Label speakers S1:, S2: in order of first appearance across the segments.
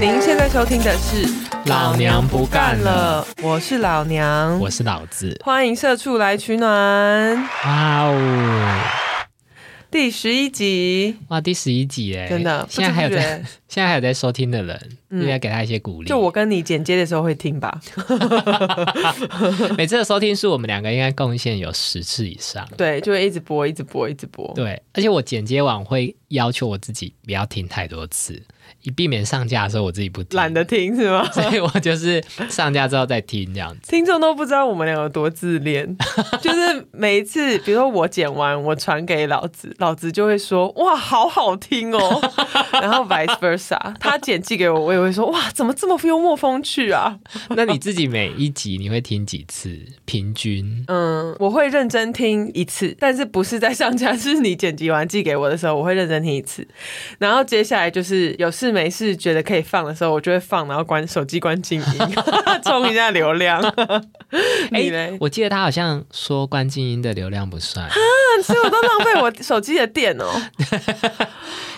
S1: 您现在收听的是《
S2: 老娘不干了》，
S1: 我是老娘，
S2: 我是老子。
S1: 欢迎社畜来取暖
S2: 哇哦，
S1: 第十一集。
S2: 哇，第十一集哎，
S1: 真的不知
S2: 现在还有
S1: 不觉嗯
S2: 在， 现在还有在收听的人，应该给他一些鼓励。
S1: 就我，跟你剪接的时候会听吧，
S2: 每次的收听数，我们两个应该贡献有十次以上。
S1: 对，就会一直播，一直播，一直播。
S2: 对，而且我剪接完会要求我自己不要听太多次，以避免上架的时候我自己不听。
S1: 懒得听是吗？
S2: 所以我就是上架之后再听这样 子。
S1: 听众都不知道我们两个有多自 恋，就是每一次，比如说我剪完，我传给老子，老子就会说哇，好好听 哦，然后 vice versa，他剪寄给我，我也会说哇，怎么这么幽默风趣啊？
S2: 那你自己每一集你会听几次？平均？
S1: 嗯，我会认真听一次，但是不是在上架， 是你剪辑完寄给我的时候，我会认真听一次。然后接下来就是有事没事觉得可以放的时候，我就会放，然后关手机关静音，冲一下流 量。
S2: 哎、
S1: 你嘞？
S2: 我记得他好像说关静音的流量不算。
S1: 所以我都浪费我手机的电哦。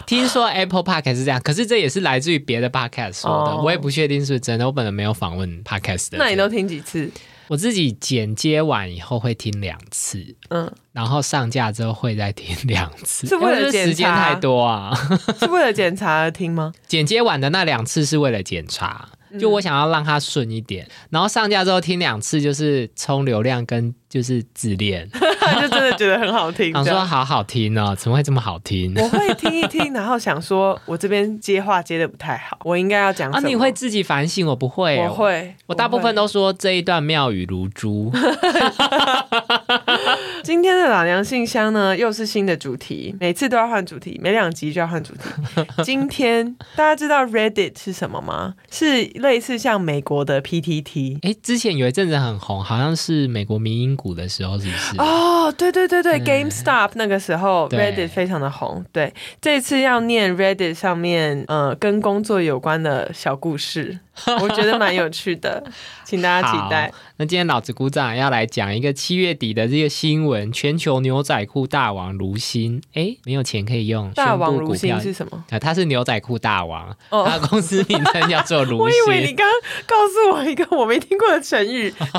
S2: 听说 Apple Podcast 是这样，可是这也是来自于别的 Podcast 说的，
S1: 哦
S2: 我也不确定是不是真的。我本人没有访问 Podcast 的，
S1: 那你都听几次？
S2: 我自己剪接完以后会听两次，
S1: 嗯，
S2: 然后上架之后会再听两 次，
S1: 是为了
S2: 因
S1: 检查
S2: 时间太多啊。
S1: 是为了检查而听吗？
S2: 剪接完的那两次是为了检查，
S1: 嗯
S2: 就我想要让它顺一点，然后上架之后听两次就是冲流量跟就是自恋，
S1: 他就真的觉得很好听。
S2: 想
S1: 这
S2: 说
S1: 样
S2: 好好听哦，怎么会这么好听？
S1: 我会听一听，然后想说，我这边接话接的不太好，我应该要讲
S2: 啊，
S1: 什么？
S2: 你会自己反省，我不会，
S1: 我会，
S2: 我大部分
S1: 都。
S2: 都说这一段妙语如珠，
S1: 今天的老娘信箱呢，又是新的主题，每次都要换主题，每两集就要换主题。 今天大家知道 Reddit 是什么吗？是类似像美国的 PTT。
S2: 哎，之前有一阵子很红，好像是美国民音股的时候，是不是？
S1: 哦，对对对对，GameStop 那个时候
S2: 嗯对
S1: Reddit 非常的红。对，这次要念 Reddit 上面呃跟工作有关的小故事，我觉得蛮有趣 的，请大家期待
S2: 好。那今天老子鼓掌要来讲一个七月底的这个新闻：全球牛仔裤大王卢鑫，哎，没有钱可以用，
S1: 大王
S2: 宣布
S1: 如
S2: 股票
S1: 新是什么？
S2: 啊，他是牛仔裤大王，
S1: 哦
S2: 他的公司名称 叫做卢
S1: 我以为你
S2: 鑫。
S1: 刚刚告诉我一个我没听过的成 语，天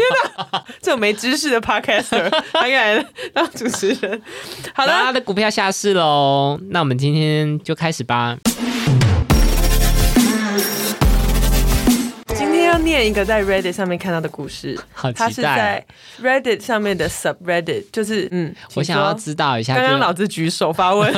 S1: 哪！这种没知识的 podcaster 还敢当主持人？好
S2: 好啦，
S1: 了，
S2: 他的股票下市喽。那我们今天就开始吧。
S1: 今天要念一个在 Reddit 上面看到的故事
S2: 好，期待啊
S1: 它是在 Reddit 上面的 subreddit，就是嗯，
S2: 我想要
S1: 请说
S2: 知道一下，
S1: 刚
S2: 就
S1: 刚老子举手发 问，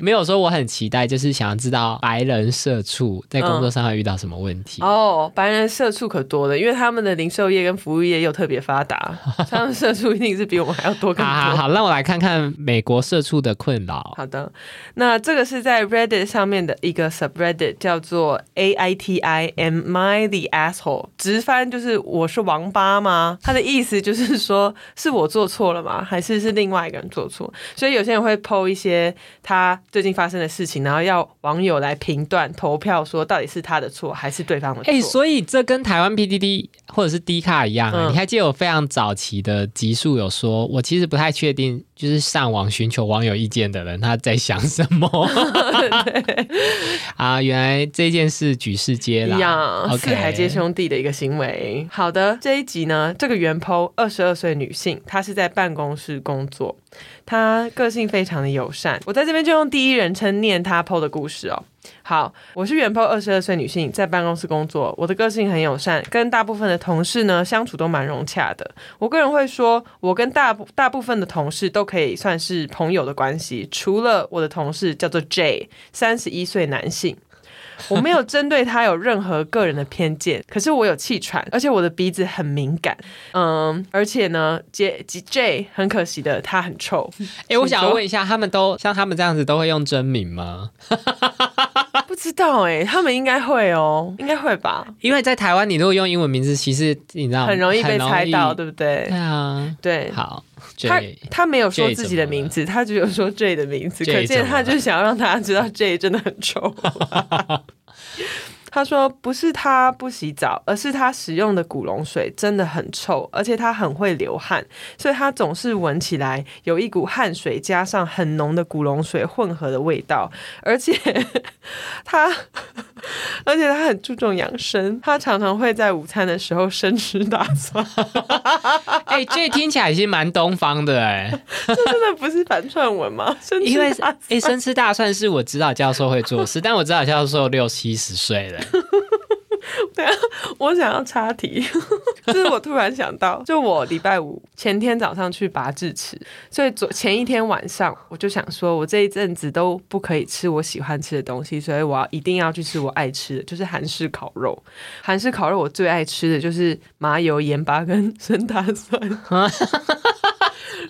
S2: 没有说我很期待，就是想要知道白人社畜在工
S1: 嗯
S2: 作上会遇到什么问题。
S1: 哦，白人社畜可多了，因为他们的零售业跟服务业又特别发 达，他们社畜一定是比我们还要多更
S2: 好
S1: 多
S2: 好。好，让我来看看美国社畜的困扰。
S1: 好的，那这个是在 Reddit 上面的一个 subreddit，叫做 A I T I Am I the asshole？直翻就是我是王八吗？它的意思就是说是我做错了吗？还是是另外一个人做错？所以有些人会 PO 一些他最近发生的事情，然后要网友来评断投票，说到底是他的错还是对方的错？
S2: 哎、所以这跟台湾 PDD 或者是 D 卡一样、啊，
S1: 嗯
S2: 你还记得我非常早期的集数有说，我其实不太确定，就是上网寻求网友意见的人他在想什 么 啊？原来这件事举世皆
S1: 一
S2: 然
S1: 样，
S2: ，OK，
S1: 四海皆。兄弟的一个行为。好的，这一集呢，这个原 PO 二十二岁女性，她是在办公室工作，她个性非常的友善。我在这边就用第一人称念她 PO 的故事哦。好，我是原 PO 二十二岁女性，在办公室工作，我的个性很友善，跟大部分的同事呢相处都蛮融洽的。我个人会说，我跟大部大部分的同事都可以算是朋友的关系，除了我的同事叫做 J，三十一岁男性。 我没有针对他有任何个人的偏见，可是我有气喘，而且我的鼻子很敏感，嗯，而且呢，J J- J 很可惜的，他很 臭，
S2: 哎、我想要
S1: 请说
S2: 问一下，他们都像他们这样子都会用真名吗？
S1: 不知道哎、他们应该会哦，应该会吧，
S2: 因为在台湾，你如果用英文名字，其实你知道
S1: 啊很容易被猜到，
S2: 对
S1: 对不对
S2: 对？啊。
S1: 对。
S2: 好，
S1: 他
S2: J
S1: 他没有说
S2: J
S1: 自己的
S2: 怎么了
S1: 名字，他只有说 J 的名字，
S2: J
S1: 可见
S2: 怎么
S1: 他
S2: 了
S1: 就是想要让大家知 道 J 真的很臭。他说：“不是他不洗澡，而是他使用的古龙水真的很臭，而且他很会流汗，所以他总是闻起来有一股汗水加上很浓的古龙水混合的味道，而且 他而且他很注重养生，他常常会在午餐的时候生吃大蒜，
S2: 哎、这听起来已经蛮东方的哎、
S1: 这真的不是反串文吗？生
S2: 因
S1: 吃
S2: 为
S1: 大
S2: 哎、生吃大蒜是我指导教授会做事，但我指导教授六七十岁了，
S1: 我想要插 题，就是我突然想到，就我礼拜五前天早上去拔智齿，所以昨前一天晚上我就想说，我这一阵子都不可以吃我喜欢吃的东西，所以我要一定要去吃我爱吃的，就是韩式烤肉。韩式烤肉我最爱吃的就是麻油盐巴跟生大 蒜。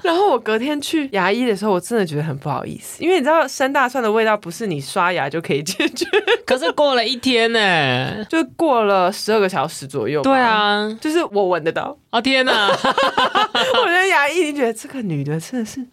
S1: 然后我隔天去牙医的时候，我真的觉得很不好意思，因为你知道生大蒜的味道不是你刷牙就可以解决，
S2: 可是过了一天呢、
S1: 就过了十二个小时左右。
S2: 对，啊，
S1: 就是我闻得 到，
S2: 哦天哪！
S1: 我觉得牙医，你觉得这个女的真的是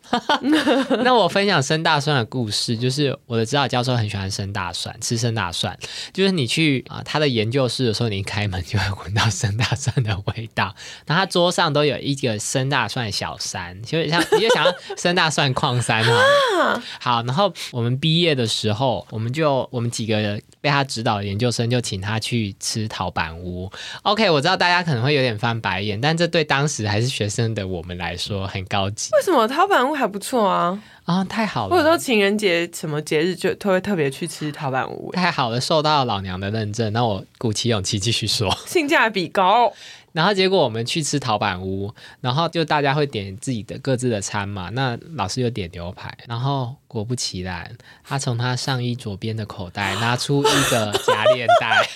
S2: 那我分享生大蒜的啊故事，就是我的指导教授很喜欢生大蒜，啊吃生大蒜。就是你去啊、呃他的研究室的时候，你一开门就会闻到生大蒜的味道。然后他桌上都有一个生大蒜小山，就是像你就想要生大蒜矿山哦。好，然后我们毕业的时候，我们就我们几个被他指导的研究生就请他去吃陶板屋。OK，我知道大家可能会有点翻白眼，但这对当时还是学生的我们来说很高级
S1: 为什么陶板屋还不错啊？
S2: 啊、太好了。
S1: 或者说情人节什么节日就都会特别去吃陶板屋、欸
S2: 太好了，受到老娘的认证，那我鼓起勇气继续说。
S1: 性价比高。
S2: 然后结果我们去吃陶板屋，然后就大家会点自己的各自的餐嘛。那老师就点牛排，然后果不其然，他从他上衣左边的口袋拿出一个夹链 袋，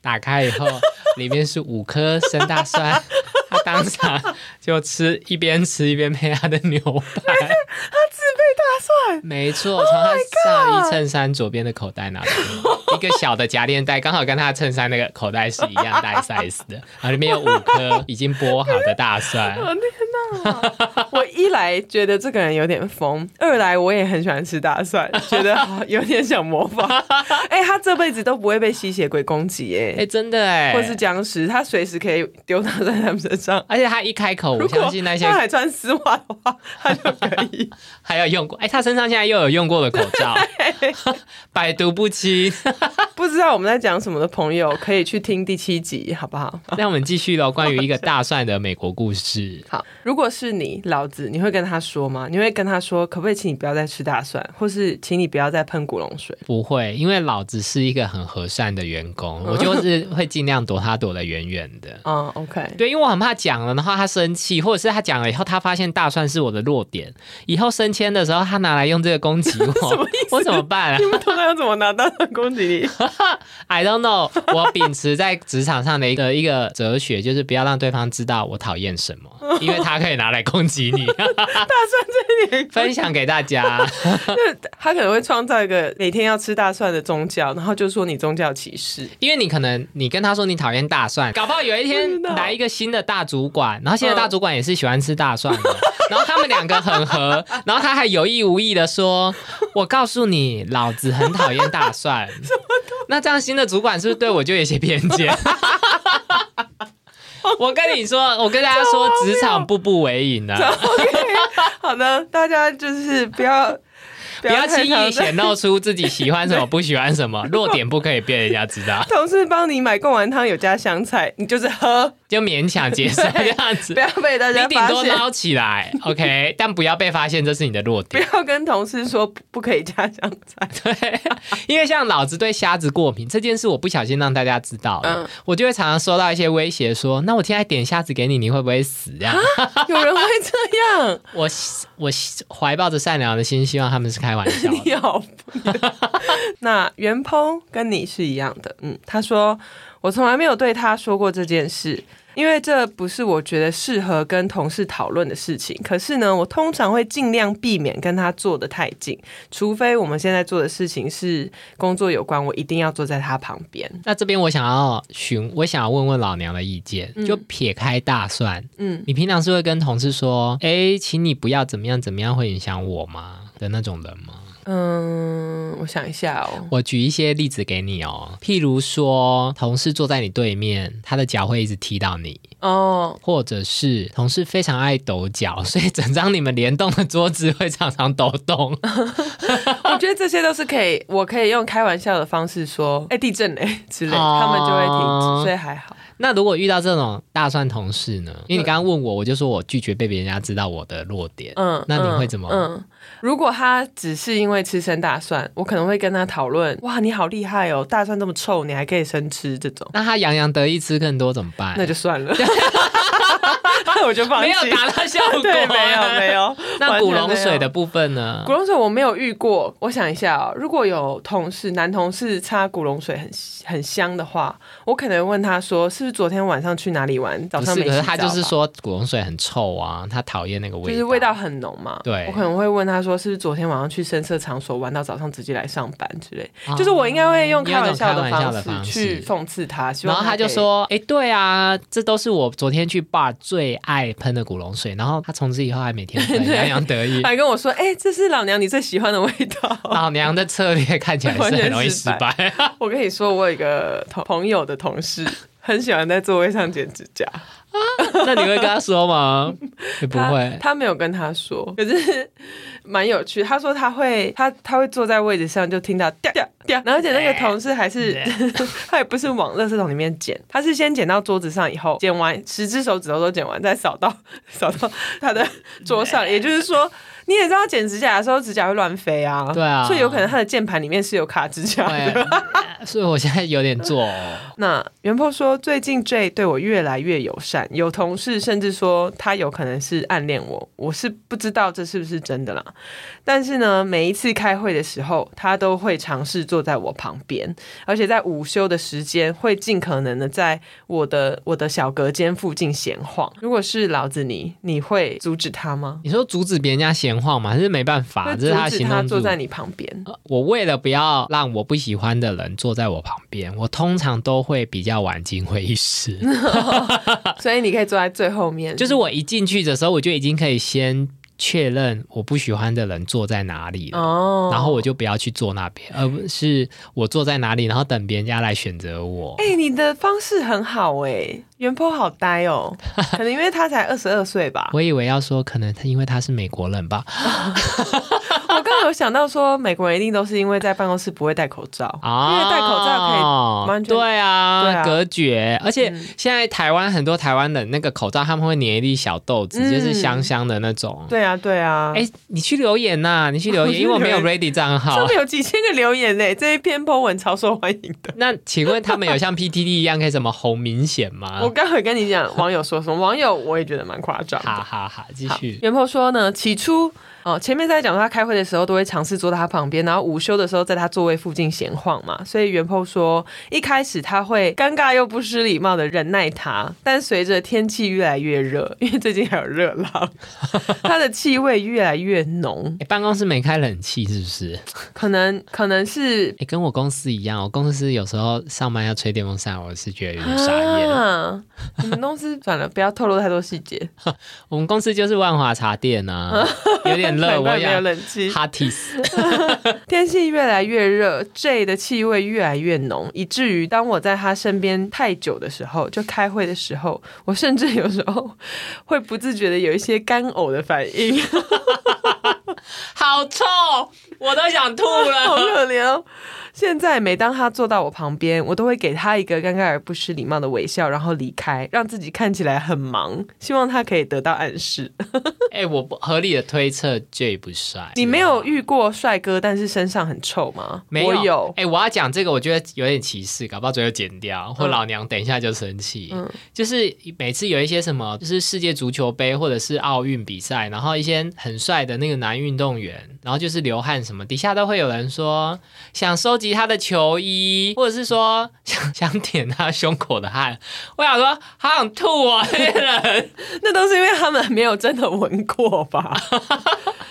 S2: 打开以后里面是五颗生 大蒜，他当场就吃，一边吃一边配他的牛排。
S1: 自备大蒜，
S2: 没错，从他上衣衬衫左边的口袋拿出来一个小的夹链袋，刚好跟他的衬衫那个口袋是一样大 size 的，然后里面有五颗已经剥好的大蒜。
S1: 我天哪！我一来觉得这个人有点疯，二来我也很喜欢吃大蒜，觉得好有点想模 仿。哎、他这辈子都不会被吸血鬼攻击哎、
S2: 哎、真的哎、
S1: 或是僵尸，他随时可以丢大蒜在他们身上。
S2: 而且他一开口，我
S1: 如
S2: 相
S1: 果
S2: 信那些
S1: 他还穿丝袜的话，他就可 以。
S2: 还有用过，哎、他身上现在又有用过的口罩，
S1: 哎
S2: 百毒不侵。
S1: 不知道我们在讲什么的朋友，可以去听第七集，好不好？
S2: 那我们继续喽，关于一个大蒜的美国故事。
S1: 好，如果是你老子，你会跟他说吗？你会跟他说，可不可以请你不要再吃大蒜，或是请你不要再喷古龙水？
S2: 不会，因为老子是一个很和善的员工，我就是会尽量躲他躲得远远的。
S1: 嗯，OK，
S2: 对，因为我很怕讲了，然后他生气，或者是他讲了以后，他发现大蒜是我的弱点，以后升迁的时候，他拿来用这个攻击我，我怎么办啊
S1: 你们通常要怎么拿大蒜攻击你？
S2: ？I don't know。我秉持在职场上的一个一个哲学，就是不要让对方知道我讨厌什么，因为他可以拿来攻击你。分享给大家，
S1: 他可能会创造一个每天要吃大蒜的宗教，然后就说你宗教歧 视。
S2: 因为你可能你跟他说你讨厌大蒜，搞不好有一天
S1: 真的
S2: 来一个新的大主管，然后新的大主管也是喜欢吃大蒜 的，然后他们两个很合，然后他还有意无意的说：“我告诉你，老子很讨厌大 蒜。”那这样新的主管是不是对我就有一些偏 见？我跟你说，我跟大家说，职场步步为营的、啊，
S1: 好的，大家就是 不要
S2: 不要轻易
S1: 在
S2: 显露出自己喜欢 什么、不喜欢什么，弱点不可以被人家知道，
S1: 同事帮你买贡丸汤有加香菜，你就是喝，
S2: 就勉强接受这样子
S1: 不。要被大家
S2: 你顶
S1: 发
S2: 多
S1: 现。
S2: 捞 起来，OK，但不要被发现这是你的弱
S1: 不
S2: 点。
S1: 要跟同事说不不可以加香菜。
S2: 对， 因为像老子对虾子过敏这件事，我不小心让大家知道了，
S1: 嗯
S2: 我就会常常收到一些威胁说，那我现在点虾子给你，你会不会死？这样，
S1: 有人会这样？
S2: 我我怀抱着善良的心，希望他们是开玩笑的。
S1: 你好不能， 那袁鹏跟你是一样的，嗯，他说我从来没有对他说过这件事，因为这不是我觉得适合跟同事讨论的事情。可是呢，我通常会尽量避免跟他坐得太近，除非我们现在做的事情是工作有关，我一定要坐在他旁边。
S2: 那这边我想要询，我想要问问老娘的意见，就撇开大蒜，嗯
S1: 嗯，
S2: 你平常是会跟同事说，哎、请你不要怎么样怎么样，会影响我吗？的那种人吗？
S1: 嗯，我我想一下哦，
S2: 我举一些例子给你哦，譬如说，同事坐在你对面，他的脚会一直踢到你，
S1: 哦，
S2: 或者是同事非常爱抖脚， 所以整张你们联动的桌子会常常抖动。
S1: 我觉得这些都是可以，我可以用开玩笑的方式说， 哎、地震嘞、之类，他们就会停
S2: 哦
S1: 止，所以还好。
S2: 那如果遇到这种大蒜同事呢？因为你刚刚问我，我就说我拒绝被别人家知道我的弱点。
S1: 嗯，
S2: 那你会
S1: 嗯
S2: 怎么
S1: 嗯，如果他只是因为吃生大蒜，我可能会跟他讨论，哇，你好厉害哦，大蒜这么臭，你还可以生吃这种，
S2: 那他洋洋得意吃更多怎么办？
S1: 那就算 了，我就放弃。
S2: 没有达到效果，啊
S1: 对，没有没。有。
S2: 那古龙
S1: 完
S2: 水
S1: 全没
S2: 的
S1: 有
S2: 部分呢
S1: 古？龙水我没有遇过，我想一下哦，如果有同事男同事擦古龙水很很香的话，我可能问他说，是不是昨天晚上去哪里玩，早
S2: 不
S1: 上
S2: 是，
S1: 没
S2: 可是
S1: 洗
S2: 他
S1: 澡
S2: 就是
S1: 吧
S2: 说古龙水很臭啊，他讨厌那个味道，
S1: 就是味道很浓嘛。
S2: 对
S1: 我可能会问他说，是不是昨天晚上去深色场所玩到早上直接来上班之类。
S2: 啊
S1: 就是我应该会用开玩笑
S2: 用一种开玩笑
S1: 方
S2: 的
S1: 式
S2: 方式
S1: 去讽刺他，希
S2: 然
S1: 望
S2: 后他就
S1: 可以。
S2: 说：“哎、对啊，这都是我昨天去 bar 最爱喷的古龙水。”然后他从此以后还每天 喷，洋洋得意。
S1: 还跟我说：“哎、这是老娘你最喜欢的味道。
S2: 老娘的策略看起来是很容易失败。”
S1: 我跟你说，我有一个同朋友的同事，很喜欢在座位上剪指甲。
S2: 那你会跟他说吗？你不
S1: 他
S2: 会。
S1: 他没有跟他说，可是 蛮有趣。他说他会，他他会坐在位置上就听到掉掉掉，然后而且那个同事还是 他也不是往垃圾桶里面捡，他是先捡到桌子上以后，捡完十只手指头都捡完，再扫到扫到他的桌上。也就是说，你也知道剪指甲的时候指甲会乱飞啊，
S2: 对啊
S1: 所以有可能他的键盘里面是有卡指甲的。
S2: 对，所以我现在有点作呕。
S1: 那元破说，最近 J 对我越来越友善，有同事甚至说他有可能是暗恋我，我是不知道这是不是真的啦。但是呢，每一次开会的时候，他都会尝试坐在我旁边，而且在午休的时间会尽可能的在我的我的小隔间附近闲晃。如果是老子你，你会阻止他吗？
S2: 你说阻止别人家闲晃嘛？还是没办法，
S1: 会
S2: 啊这是他的
S1: 阻止
S2: 行
S1: 他
S2: 动
S1: 坐
S2: 自
S1: 在
S2: 如。
S1: 你旁边？
S2: 呃我为了不要让我不喜欢的人坐在我旁边，我通常都会比较晚进会议室。
S1: 所以你可以坐在最后面，
S2: 啊就是我一进去的时候，我就已经可以先确认我不喜欢的人坐在哪里了，
S1: 哦，
S2: 然后我就不要去坐那边，而不是我坐在哪里，然后等别人家来选择我。
S1: 哎、你的方式很好哎、元坡好呆 哦，可能因为他才二十二岁吧。
S2: 我以为要说，可能他因为他是美国人吧，
S1: 我刚刚有想到说，美国人一定都是因为在办公室不会戴口罩，
S2: 啊，
S1: 因为戴口罩可以完全
S2: 对啊，
S1: 对啊
S2: 隔绝。而且
S1: 嗯
S2: 现在台湾很多台湾人那个口罩，他们会粘一粒小豆子，
S1: 嗯
S2: 就是香香的那种。
S1: 对啊，对啊。
S2: 哎、你去留言呐、你去留
S1: 我
S2: 言，
S1: 去
S2: 因为我没有
S1: 留
S2: ready 账
S1: 上
S2: 号。
S1: 面有几千个留言呢、这一篇 po 文超受欢迎的。
S2: 那请问他们有像 PTT 一样可以什么红明显吗？
S1: 我刚才跟你讲，网友说什么？网友我也觉得蛮夸张的。
S2: 好好好，继
S1: 好
S2: 续。
S1: 元鹏说呢，起初哦，前面在讲说他开会的时候都会尝试坐在他旁边，然后午休的时候在他座位附近闲晃嘛。所以元鹏说，一开始他会尴尬又不失礼貌的忍耐他，但随着天气越来越热，因为最近还有热 浪，他的气味越来越浓，
S2: 诶办公室没开冷气是不是？
S1: 可能可能是
S2: 哎、跟我公司一样，我公司有时候上班要吹电风扇，我是觉得有嗯点傻眼。
S1: 啊，你们公司算了，不要透露太多细 节，
S2: 我们公司就是万华茶 店啊，有点热，
S1: 难
S2: 我
S1: 怪没有
S2: 要
S1: 冷气。
S2: 哈提斯。
S1: 天气越来越热，J 的气味越来越浓，以至于当我在他身边太久的时候，就开会的时候，我甚至有时候会不自觉的有一些干呕的反 应，
S2: 好臭，我都想吐
S1: 好
S2: 了。
S1: 可怜哦。现在每当他坐到我旁边，我都会给他一个尴尬而不失礼貌的微笑，然后离开，让自己看起来很忙，希望他可以得到暗示。
S2: 哎、我不合理的推测 J 不帅，
S1: 你没有遇过帅哥，但是身上很臭吗？
S2: 没
S1: 我
S2: 有？
S1: 有。
S2: 哎、我要讲这个，我觉得有点歧视，搞不好最后剪掉，或
S1: 嗯
S2: 老娘等一下就生气。
S1: 嗯
S2: 就是每次有一些什么，就是世界足球杯或者是奥运比赛，然后一些很帅的那个男运动员，然后就是流汗什么，底下都会有人说想收集他的球衣，或者是说 想想舔他胸口的汗。我想说，好想吐 哦，那些人。
S1: 那都是因为他们没有真的闻过吧？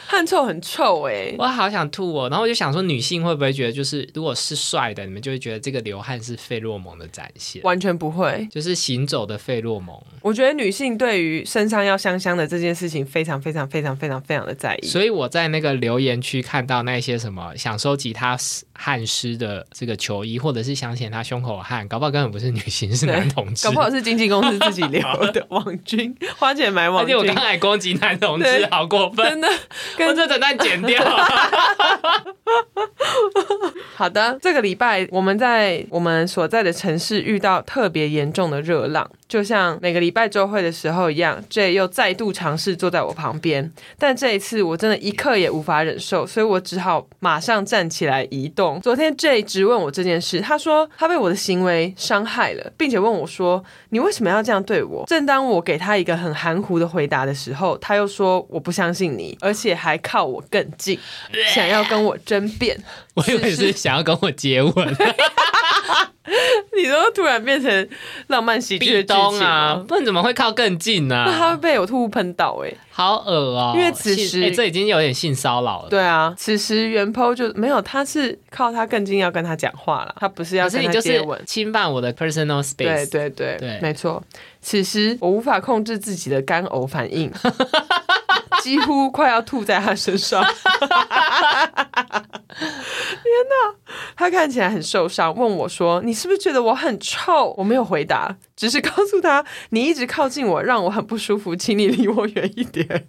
S1: 汗臭很臭哎、
S2: 我好想吐哦。然后我就想说，女性会不会觉得，就是如果是帅的，你们就会觉得这个流汗是费洛蒙的展现，
S1: 完全不会。
S2: 就是行走的费洛蒙。
S1: 我觉得女性对于身上要香香的这件事情非常非常非常非常非常的在意。
S2: 所以我在那个留言区看到那些什么想收集她汗湿的这个球衣，或者是想显她胸口的汗，搞不好根本不是女 性，是男同志
S1: 搞。不好是经纪公司自己留的网军，花钱买网
S2: 而且
S1: 军
S2: 我，刚才攻击男同
S1: 对
S2: 志，好过分
S1: 真！的
S2: 我
S1: 跟
S2: 这等段剪 掉。
S1: 好的，这个礼拜我们在我们所在的城市遇到特别严重的热浪，就像每个礼拜周会的时候一样，J 又再度尝试坐在我旁边，但这一次我真的一刻也无法忍受，所以我只好马上站起来移动。昨天 J 直问我这件事，他说他被我的行为伤害了，并且问我说你为什么要这样对我？正当我给他一个很含糊的回答的时候，他又说我不相信你，而且还靠我更近，想要跟我争辩。
S2: 我以为是想要跟我接 吻，
S1: 你都突然变成浪漫喜剧的剧
S2: 壁
S1: 情
S2: 咚
S1: 了
S2: 啊，，不啊然怎么会靠更近呢、
S1: 那他 会被我吐喷到哎、
S2: 好恶哦、
S1: 因为此时
S2: 性哎、这已经有点性骚扰了。
S1: 对啊，此时原 PO 就没有，他是靠他更近要跟他讲话了，他不是要
S2: 可是
S1: 跟
S2: 你
S1: 他
S2: 就是
S1: 接吻。
S2: 侵犯我的 personal
S1: 对
S2: space，
S1: 对对，
S2: 对
S1: 没错。此时我无法控制自己的干呕反 应，几乎快要吐在他身 上。天哪，他看起来很受伤，问我说：“你是不是觉得我很臭？”我没有回答，只是告诉他：“你一直靠近我，让我很不舒服，请你离我远一点。”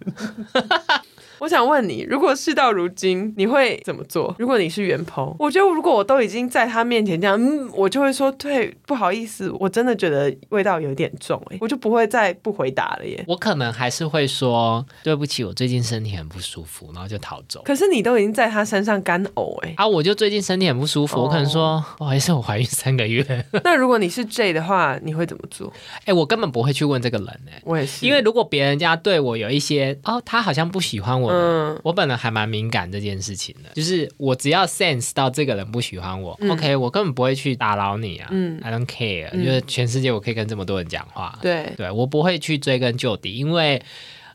S1: 我想问你，如果事到如今，你会怎么做？如果你是袁鹏，我觉得如果我都已经在他面前这样，嗯，我就会说对，不好意思，我真的觉得味道有点重、欸，我就不会再不回答了耶。
S2: 我可能还是会说对不起，我最近身体很不舒服，然后就逃走。
S1: 可是你都已经在他身上干呕、欸，
S2: 啊，我就最近身体很不舒服，我可能说
S1: 哦
S2: 不好意思，我怀孕三个月。
S1: 那如果你是 J 的话，你会怎么做？
S2: 哎、我根本不会去问这个人哎、
S1: 我也是，
S2: 因为如果别人家对我有一些哦，他好像不喜欢我的，
S1: 嗯
S2: 我本人还蛮敏感这件事情的，就是我只要 sense 到这个人不喜欢我、o k 我根本不会去打扰你啊、
S1: 嗯
S2: i don't care，、
S1: 嗯
S2: 就是全世界我可以跟这么多人讲话，
S1: 对，
S2: 对我不会去追根究底，因为。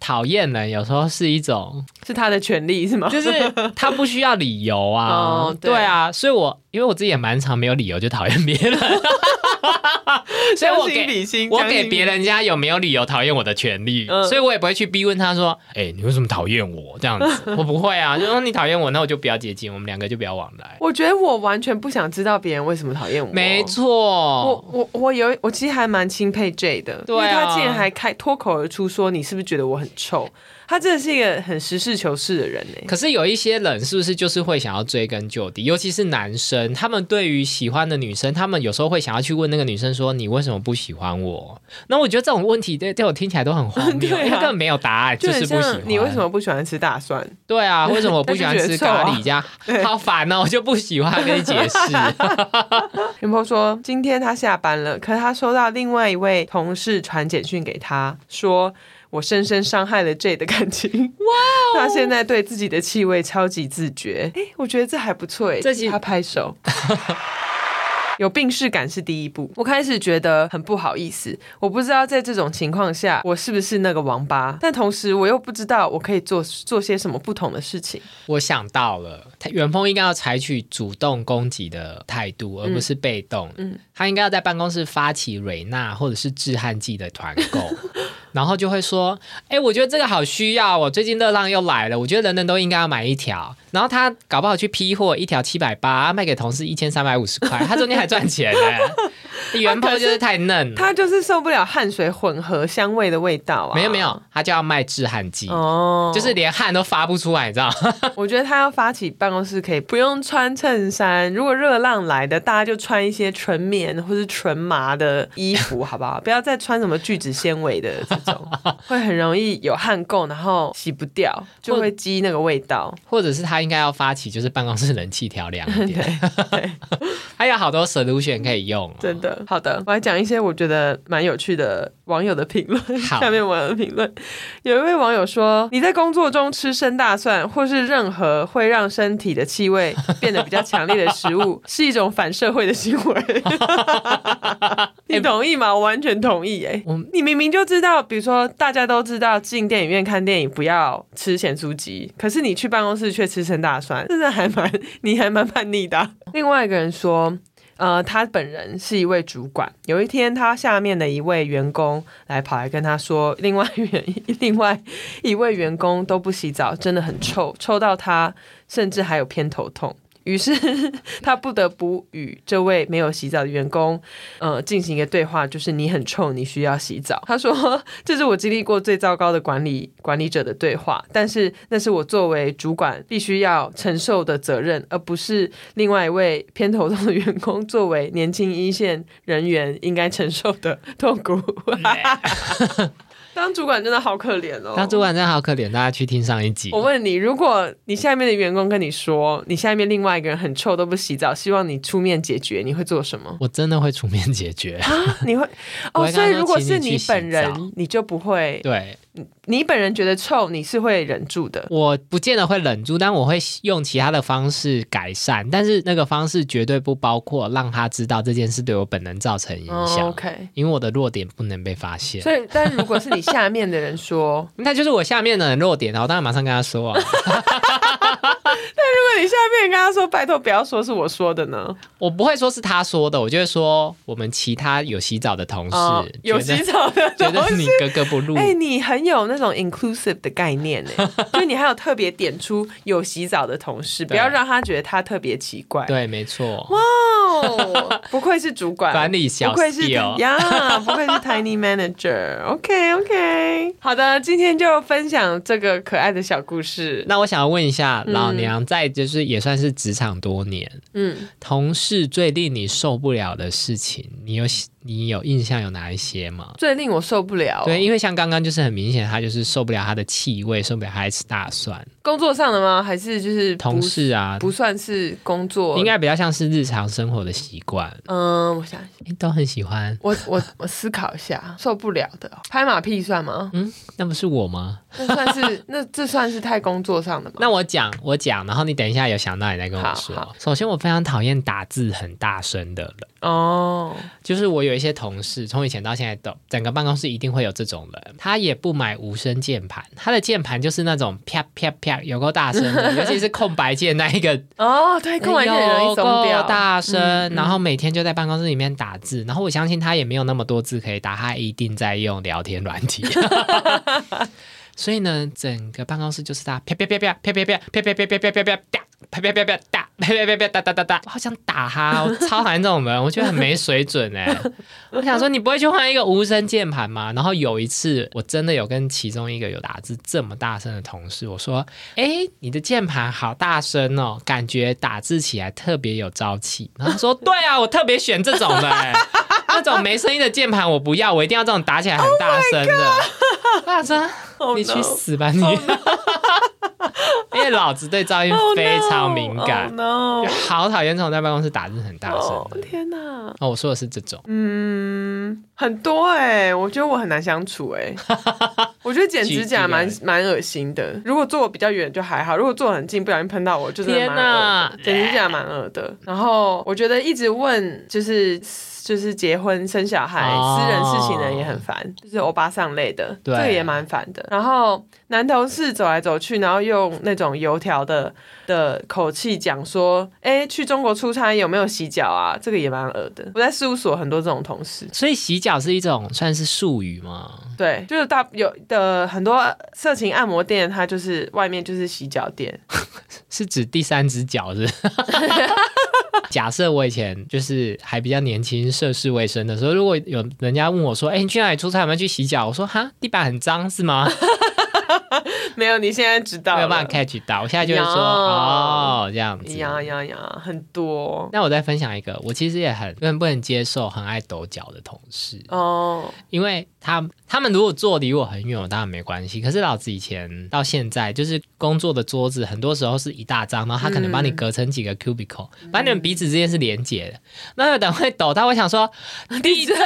S2: 讨厌人有时候是一种，
S1: 是他的权利是吗？
S2: 就是他不需要理由啊，
S1: 哦对
S2: 对啊，所以我因为我自己也蛮常没有理由就讨厌别 人，所以
S1: 将
S2: 我
S1: 心
S2: 给
S1: 比心，
S2: 我
S1: 将心
S2: 给
S1: 比
S2: 别人家有没有理由讨厌我的权利，
S1: 嗯
S2: 所以我也不会去逼问他说：“哎、你为什么讨厌我？”这样子，我不会啊，就说你讨厌我，那我就不要接近，我们两个就不要往来。
S1: 我觉得我完全不想知道别人为什么讨厌我，哦
S2: 没
S1: 我
S2: 错，
S1: 我我有我其实还蛮钦佩 J 的，
S2: 哦对啊
S1: 因为他竟然还开脱口而出说你是不是觉得我很臭？他真的是一个很实事求是的人欸呢、
S2: 可是有一些人是不是就是会想要追根究底，尤其是男生，他们对于喜欢的女生，他们有时候会想要去问那个女生说：“你为什么不喜欢我？”那我觉得这种问题对对我听起来都很荒谬，
S1: 对啊
S2: 因为根本没有答案，
S1: 就
S2: 就是
S1: 很
S2: 不喜欢
S1: 像。你为什么不喜欢吃大蒜？
S2: 对啊，为什么我不喜 欢吃咖喱这样？
S1: 啊
S2: 好烦哦，我就不喜欢跟你解释。
S1: 元波说，今天他下班了，可是他收到另外一位同事传简讯给他，说我深深伤害了 J 的感情。
S2: 哦
S1: 哇、他现在对自己的气味超级自觉。哎、我觉得这还不错、哎，
S2: 这集
S1: 他拍 手。有病视感是第一步。我开始觉得很不好意思，我不知道在这种情况下我是不是那个王八，但同时我又不知道我可以做做些什么不同的事情。
S2: 我想到了，他元峰应该要采取主动攻击的态度，而不是被动。嗯，他应该要在办公室发起蕊纳或者是致汗剂的团购， 然后就会说：“哎、我觉得这个好需要哦，最近热浪又来了，我觉得人人都应该要买一条。”然后他搞不好去批货，一条七百八，卖给同事一千三百五十块， 他中间还赚钱呢、元
S1: 啊可
S2: 峰
S1: 是
S2: 就是太嫩了，
S1: 他就是受不了汗水混合香味的味道啊！
S2: 没有没有，他就要卖致汗剂。
S1: 哦，
S2: 就是连汗都发不出来，你知道吗？
S1: 我觉得他要发起办公室可以不用穿衬衫，如果热浪来的，大家就穿一些纯棉或是纯麻的衣服，好不好？不要再穿什么聚酯纤维的这种，会很容易有汗垢，然后洗不掉，就会积那个味道。
S2: 或者是他应该要 发 起就是办公室冷气调凉一点，还有好多 solution 可以用哦、
S1: 真的的，啊好的，我来讲一些我觉得蛮有趣的网友的评论。
S2: 好
S1: 下面网友的评论，有一位网友说：“你在工作中吃生大蒜，或是任何会让身体的气味变得比较强烈的食 物，是一种反社会的行 为。”你同意吗？我完全同意、耶。
S2: 我
S1: 你明明就知道，比如说大家都知道进电影院看电影不要吃咸酥鸡，可是你去办公室却吃生大蒜，真的还蛮你还蛮叛逆的啊、另外一个人说。呃，他本人是一位主管。有一天，他下面的一位员工来跑来跟他说，另外一员 另外一位员工都不洗澡，真的很臭，臭到他甚至还有偏头痛。于是他不得不与这位没有洗澡的员工呃进行一个对话，就是你很臭，你需要洗澡。他说这是我经历过最糟糕的管理管理者的对话，但是那是我作为主管必须要承受的责任，而不是另外一位偏头痛的员工作为年轻一线人员应该承受的痛苦。 当主管真的好可怜哦，
S2: 当主管真的好可怜，大家去听上一集？
S1: 我。问你，如果你下面的员工跟你说，你下面另外一个人很臭都不洗澡，希望你出面解决，你会做什 么
S2: 我真的会出面解决，
S1: 啊，你会
S2: 我
S1: 哦，
S2: 会跟他
S1: 所以
S2: 说
S1: 如果是
S2: 请你去
S1: 你本
S2: 洗澡
S1: 人，你就不会，
S2: 对
S1: 你本人觉得臭，你是会忍住的。
S2: 我不见得会忍住，但我会用其他的方式改善，但是那个方式绝对不包括让他知道这件事对我本人造成影
S1: 哦
S2: 响，
S1: OK，
S2: 因为我的弱点不能被发现。
S1: 所以但如果是你下面的人 说，
S2: 那就是我下面的人弱点哦，我当然马上跟他说 啊，
S1: 如果你下面人跟他说，拜托不要说是我说的呢，
S2: 我不会说是他说的，我就会说我们其他有洗澡的同事、
S1: 哦，有
S2: 觉得
S1: 洗澡的
S2: 觉
S1: 东
S2: 得
S1: 西
S2: 你。格格不入，
S1: 哎、你很有那种 inclusive 的概念 呢，就是你还有特别点出有洗澡的同事，不
S2: 对
S1: 要让他觉得他特别奇怪。
S2: 对，没错，
S1: 哦，不愧是主管，
S2: 管理小
S1: 不愧是
S2: skill
S1: 呀，不愧是 tiny manager。OK OK，好的，今天就分享这个可爱的小故事。
S2: 那我想要问一下，老娘在就是也算是职场多年，
S1: 嗯，
S2: 同事最令你受不了的事情，你有你有印象有哪一些吗？
S1: 最令我受不了，
S2: 对，，因为像刚刚就是很明显，他就是受不了他的气味，受不了他吃大蒜。
S1: 工作上的吗？还是就是不
S2: 同事啊，
S1: 不算是工作？
S2: 应该比较像是日常生活的习惯，
S1: 嗯，我想
S2: 诶都很喜欢。
S1: 我我我思考一下， 受不了的哦拍马屁算吗？
S2: 那不是我吗？
S1: 那算是 那这算是太工作上的吗？
S2: 那我讲，我讲，然后你等一下有想到你再跟我
S1: 好
S2: 说
S1: 好。
S2: 首先，我非常讨厌打字很大声的人。
S1: 哦，
S2: 就是我有一些同事，从以前到现在都，整个办公室一定会有这种人，他也不买无声键盘，他的键盘就是那种啪啪啪，有够大声的，尤其是空白键那一个，
S1: 哦，对，空完就很容易松
S2: 有
S1: 掉
S2: 哎够。大声，然后每天就在办公室里面打字，然后我相信他也没有那么多字可以打，他一定在用聊天软体。所以呢，整个办公室就是他啪啪啪啪啪啪啪啪啪啪啪啪啪啪啪。啪啪啪啪哒，啪啪啪啪哒哒哒哒，我好想打他，我超讨厌这种人，我觉得很没水准哎、我想说，你不会去换一个无声键盘吗？然后有一次，我真的有跟其中一个有打字这么大声的同事，我说：“哎、你的键盘好大声哦，感觉打字起来特别有朝气。”然后他说：“对啊，我特别选这种 的、哎那种没声音的键盘我不要，我一定要这种打起来很大声的。我想说啊
S1: Oh
S2: 你去
S1: no
S2: 死吧你！ 因为老子对噪音
S1: Oh, no.
S2: 非常敏感
S1: Oh, no.
S2: 就好讨厌这种在办公室打字很大声
S1: 哦
S2: 的。
S1: 天哪，
S2: 哦，我说的是这种，
S1: 嗯，很多哎、我觉得我很难相处 哎、我觉得剪指甲蛮
S2: 举几
S1: 蛮恶心的。如果坐我比较远就还好，如果坐很近不小心喷到我，就真的
S2: 天
S1: 蛮
S2: 哪
S1: 恶的。剪指甲蛮恶的。然后我觉得一直问就是就是结婚生小孩、
S2: 哦
S1: 私人事情的人也很烦，就是欧巴桑类的，这
S2: 对
S1: 个也蛮烦的。然后男同事走来走去，然后用那种油条的的口气讲说：“哎，去中国出差有没有洗脚啊？”这个也蛮恶的。我在事务所很多这种同事，
S2: 所以洗脚是一种算是术语吗？
S1: 对，就是大有的很多色情按摩店，它就是外面就是洗脚店，
S2: 是指第三只脚是不 是？假设我以前就是还比较年轻、涉世未深的时候，如果有人家问我说：“哎、你去哪里出差？有没有去洗脚？”我说：“哈，地板很脏是吗？”
S1: 没有，你现在知道
S2: 没有办
S1: 了
S2: 法 catch 到。我现在就会说
S1: 呀
S2: 哦这样子。
S1: 呀呀呀，很多
S2: 那我再分享一个，我其实也很很不能接受很爱抖脚的同事，
S1: 哦，
S2: 因为他他们如果坐离我很远，我当然没关系。可是老子以前到现在，就是工作的桌子很多时候是一大张，然后他可能帮你嗯隔成几个 cubicle，、把你们彼此之间是连接的。那有等会抖到，我想说地震，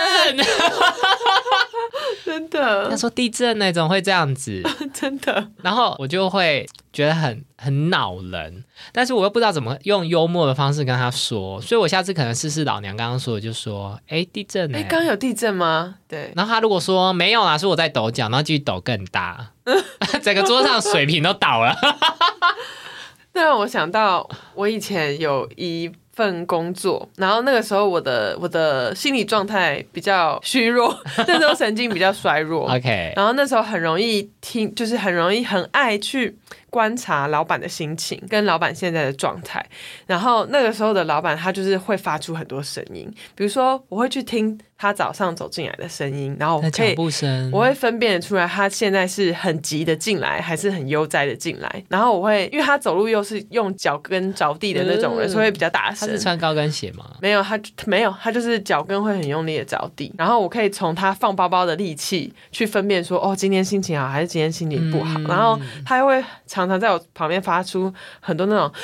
S1: 真
S2: 他
S1: 的
S2: 说地震那种会这样子，
S1: 真的，
S2: 然后我就会觉得很很恼人，但是我又不知道怎么用幽默的方式跟他说，所以我下次可能试试老娘刚刚说的，就说哎地震呢、
S1: 哎，刚刚有地震吗？对，
S2: 然后他如果说没有啦，是我在抖脚，然后继续抖更 大， 整个桌上水瓶都倒了。
S1: 那让我想到我以前有一。份工作，然后那个时候我的我的心理状态比较虚弱， 那时候神经比较衰弱，
S2: OK，
S1: 然后那时候很容易听，就是很容易很爱去观察老板的心情跟老板现在的状态。然后那个时候的老板他就是会发出很多声音，比如说我会去听他早上走进来的声音，然后我
S2: 那
S1: 可
S2: 脚
S1: 以。
S2: 步声，
S1: 我会分辨得出来，他现在是很急的进来，还是很悠哉的进来。然后我会，因为他走路又是用脚跟着地的那种人，
S2: 嗯
S1: 所以会比较大
S2: 他
S1: 声。
S2: 是穿高跟鞋吗？
S1: 没有，他就没有，他就是脚跟会很用力的着地，然后我可以从他放包包的力气去分辨说，哦，今天心情好还是今天心情不好。
S2: 嗯
S1: 然后他又会常常在我旁边发出很多那种。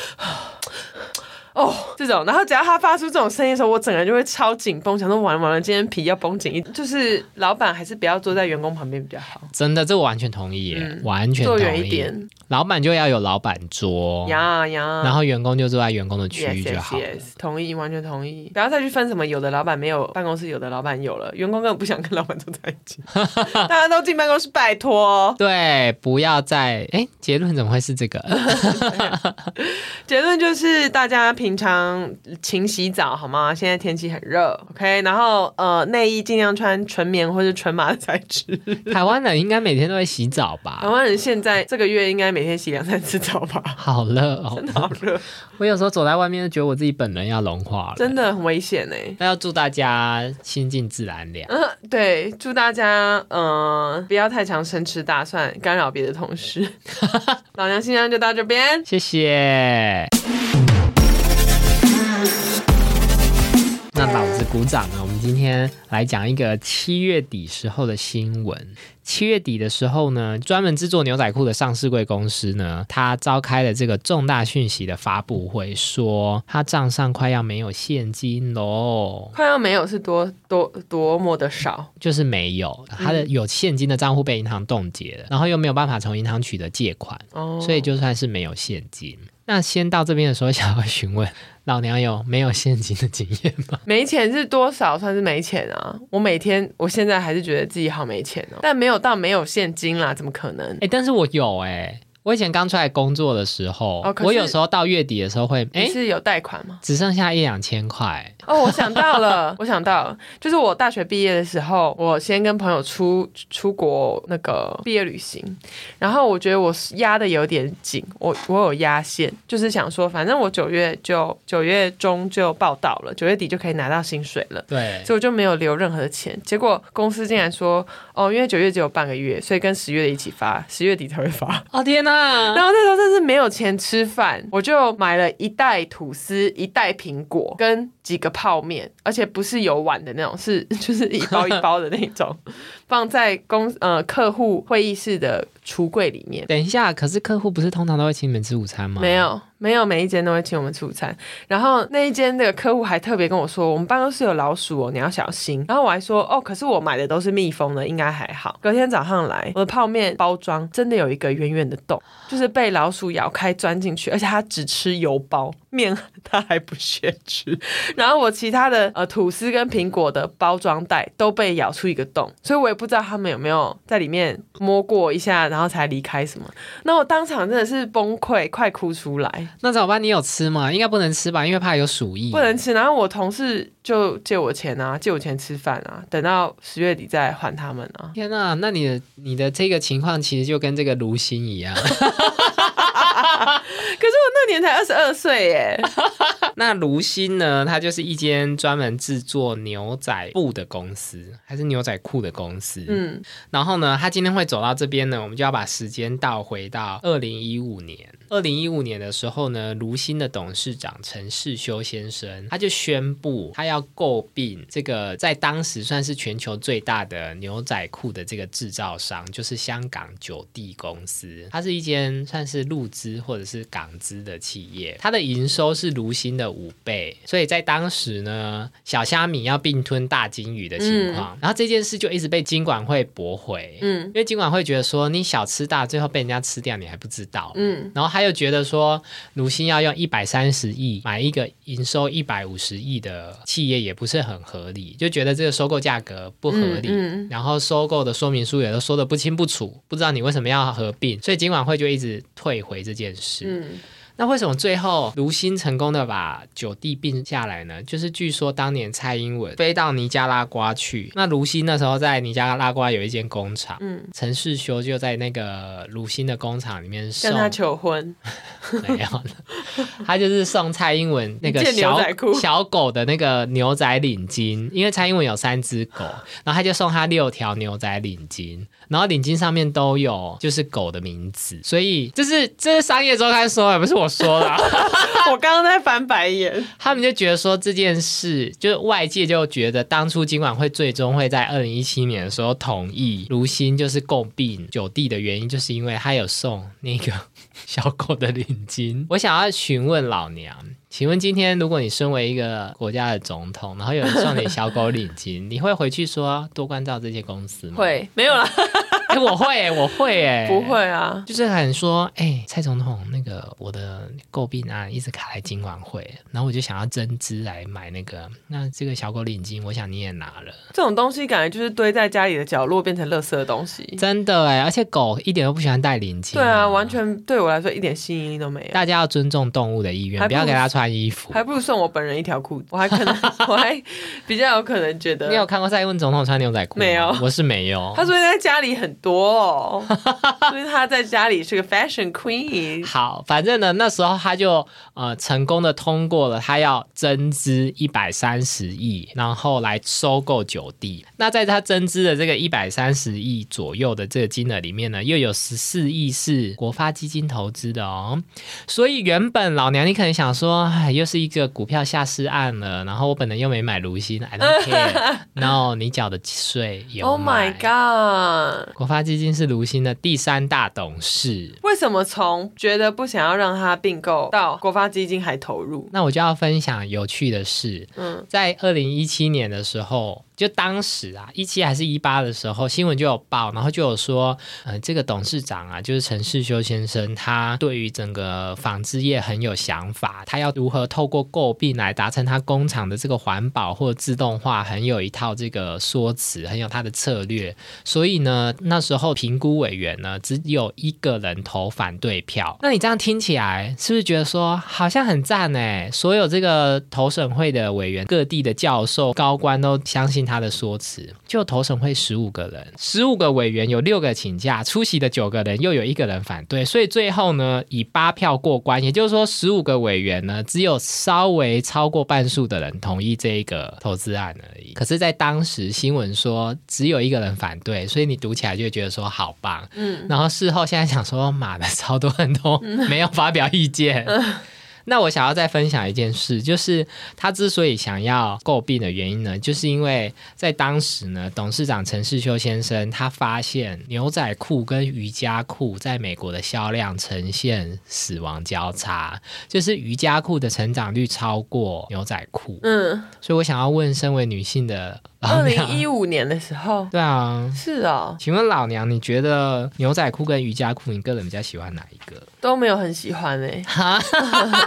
S1: 哦，这种，然后只要他发出这种声音的时候，我整个人就会超紧绷，想说完了完了，今天皮要绷紧一点。就是老板还是不要坐在员工旁边比较好，
S2: 真的，这我完全同意耶，
S1: 嗯
S2: 完全
S1: 坐
S2: 同意。
S1: 远一点
S2: 老板就要有老板桌，
S1: 呀呀。
S2: 然后员工就坐在员工的区
S1: yes
S2: 域就
S1: yes
S2: 好了。
S1: yes，同意，完全同意。不要再去分什么有的老板没有办公室，有的老板有了，员工根本不想跟老板坐在一 起，大家都进办公室，拜托。
S2: 对，不要再哎，结论怎么会是这个？
S1: 结论就是大家平常勤洗澡好吗？现在天气很热，OK，然后呃内衣尽量穿纯棉或是纯麻的材质。
S2: 台湾人应该每天都会洗澡
S1: 台
S2: 吧？
S1: 湾人现在这个月应该每天洗两三次澡吧？
S2: 好热哦！
S1: 好 热，
S2: 我有时候走在外面，就觉得我自己本人要融化了。
S1: 真的很危险哎、
S2: 那要祝大家心静自然凉。
S1: 嗯、 对，祝大家嗯、呃不要太常生吃大蒜，干扰别的同事。 老娘现在就到这边，
S2: 谢谢。那老子鼓掌呢？我们今天来讲一个七月底时候的新闻。七月底的时候呢，专门制作牛仔裤的上市贵公司呢，它召开了这个重大讯息的发布会，说它账上快要没有现金喽，
S1: 快要没有是多多多么的少，
S2: 就是没有，它的有现金的账户被银行冻结了，然后又没有办法从银行取得借款。
S1: 哦，
S2: 所以就算是没有现金。那先到这边的时候，想要询问老娘有没有现金的经验吗？
S1: 没钱是多少算是没钱啊？我每天我现在还是觉得自己好没钱哦，但没有到没有现金啦，怎么可能
S2: 哎、？但是我有哎、我以前刚出来工作的时候，
S1: 哦可是
S2: 我有时候到月底的时候会哎、
S1: 你是有贷款吗？
S2: 只剩下一两千块，
S1: 哦，我想到了，我想到了，就是我大学毕业的时候，我先跟朋友出出国那个毕业旅行，然后我觉得我压的有点紧，我我有压线，就是想说，反正我九月就九月中就报到了，九月底就可以拿到薪水了。
S2: 对，
S1: 所以我就没有留任何的钱。结果公司竟然说，哦，因为九月只有半个月，所以跟十月的一起发，十月底才会发。
S2: 哦天哪、
S1: 然后那时候真是没有钱吃饭，我就买了一袋吐司、一袋苹果跟几个泡面，而且不是有碗的那种，是 就是一包一包的那种，放在公呃客户会议室的橱柜里面。
S2: 等一下，可是客户不是通常都会请你们吃午餐吗？
S1: 没，有，没有，每一间都会请我们吃午餐。然后那一间的客户还特别跟我说，我们办公室有老鼠哦，你要小心。然后我还说，哦，可是我买的都是密封的，应该还好。隔天早上来，我的泡面包装真的有一个圆圆的洞，就是被老鼠咬开钻进去，而且它只吃油包面，它还不屑吃。然后我其他的呃吐司跟苹果的包装袋都被咬出一个洞，所以我也不知道他们有没有在里面摸过一下，然后才离开什么。那我当场真的是崩溃，快哭出来，
S2: 那怎么办？你有吃吗？应该不能吃吧，因为怕有鼠疫。
S1: 不能吃。然后我同事就借我钱啊，借我钱吃饭啊，等到十月底再还他们啊。
S2: 天呐、那你的你的这个情况其实就跟这个卢鑫一 样，
S1: 可是我那年才二十二岁耶，
S2: 那卢鑫呢，它就是一间专门制作牛仔布的公司，还是牛仔裤的公司。
S1: 嗯，
S2: 然后呢，他今天会走到这边呢，我们就要把时间倒回到二零一五年。二零一五年的时候呢，卢鑫的董事长陈世修先生，他就宣布他要诟病这个在当时算是全球最大的牛仔裤的这个制造商，就是香港九地公司。它是一间算是陆资或者是港资的企业，它的营收是卢鑫的五倍，所以在当时呢，小虾米要并吞大金鱼的情况，啊然后这件事就一直被金管会驳回，
S1: 嗯
S2: 因为金管会觉得说你小吃大，最后被人家吃掉，你还不知道，
S1: 嗯，
S2: 然后他又觉得说卢鑫要用一百三十亿买一个营收一百五十亿的企业也不是很合理，就觉得这个收购价格不合理，
S1: 嗯
S2: 然后收购的说明书也都说的不清不楚，不知道你为什么要合并，所以金管会就一直退回这件事。
S1: 嗯
S2: 那为什么最后卢鑫成功的把九地并下来呢？就是据说当年蔡英文飞到尼加拉瓜去，那卢鑫那时候在尼加拉瓜有一间工厂，
S1: 嗯，
S2: 陈世修就在那个卢鑫的工厂里面送
S1: 跟他求婚，
S2: 没有，他就是送蔡英文那个
S1: 一件牛
S2: 小
S1: 仔裤
S2: 小狗的那个牛仔领巾，因为蔡英文有三只狗，然后他就送他六条牛仔领巾，然后领巾上面都有就是狗的名字，所以这是这是商业周刊说的，不是我说的啊、
S1: 我刚刚在翻白眼，
S2: 他们就觉得说这件事，就是外界就觉得当初金管会最终会在二零一七年的时候同意卢鑫就是诟病九地的原因，就是因为他有送那个小狗的领巾。 我想要询问老娘，请问今天如果你身为一个国家的总统，然后有人送你小狗领巾，你会回去说多关照这些公司吗？，
S1: 会没有啦，
S2: 哎、我会、我会、哎，
S1: 不。会啊，
S2: 就是很说，哎、蔡总统，那个我的诟病啊，一直卡在金管会，然后我就想要增资来买那个，那这个小狗领巾，我想你也拿了，
S1: 这种东西感觉就是堆在家里的角落变成垃圾的东西。
S2: 真的哎、而且狗一点都不喜欢戴领巾、
S1: 嗯对啊，完。全对我来说一点吸引力都没有，
S2: 大家要尊重动物的意愿，
S1: 还
S2: 不
S1: 不
S2: 要给它穿衣服。
S1: 还不如送我本人一条裤子，我还可能 我还比较有可能觉得
S2: 你有看过蔡英文总统穿牛仔裤吗？
S1: 没有
S2: 我是没有
S1: 他。说在家里很多 哦，所以他在家里是个 fashion queen。
S2: 好，反正呢，那时候他就呃成功的通过了，他要增资一百三十亿，然后来收购九地。那在他增资的这个一百三十亿左右的这个金额里面呢，又有十四亿是国发基金投资的哦。所以原本老娘你可能想说，哎，又是一个股票下市案了，然后我本人又没买卢鑫，I don't care，no，你缴的税有
S1: Oh
S2: 买
S1: my god！
S2: 国发基金是卢鑫的第三大董事，
S1: 为什么从觉得不想要让他并购到国发基金还投入？
S2: 那我就要分享有趣的事，
S1: 嗯
S2: 在二零一七年的时候，就当时啊，一七还是一八的时候，新闻就有报，然后就有说，呃，这个董事长啊，就是陈世修先生，他对于整个纺织业很有想法，他要如何透过诟病来达成他工厂的这个环保或自动化，很有一套这个说辞，很有他的策略。所以呢，那时候评估委员呢，只有一个人投反对票。那你这样听起来，是不是觉得说好像很赞哎？所有这个投审会的委员、各地的教授、高官都相信他的说辞。就投审会十五个人，十五个委员有六个请假，出席的九个人又有一个人反对，所以最后呢，以八票过关。也就是说，十五个委员呢，只有稍微超过半数的人同意这一个投资案而已。可是，在当时新闻说只有一个人反对，所以你读起来就会觉得说好棒。
S1: 嗯，
S2: 然后事后现在想说，妈的， 超多人都没有发表意见。
S1: 嗯
S2: 那我想要再分享一件事，就是他之所以想要诟病的原因呢，就是因为在当时呢，董事长陈世修先生他发现牛仔裤跟瑜伽裤在美国的销量呈现死亡交叉，就是瑜伽裤的成长率超过牛仔裤，
S1: 嗯，
S2: 所以我想要问身为女性的老
S1: 二零
S2: 娘，
S1: 一五年的时候
S2: 对啊。
S1: 是哦，
S2: 请问老娘，你觉得牛仔裤跟瑜伽裤，你个人比较喜欢哪一个？
S1: 都没有很喜欢哎、
S2: 哈，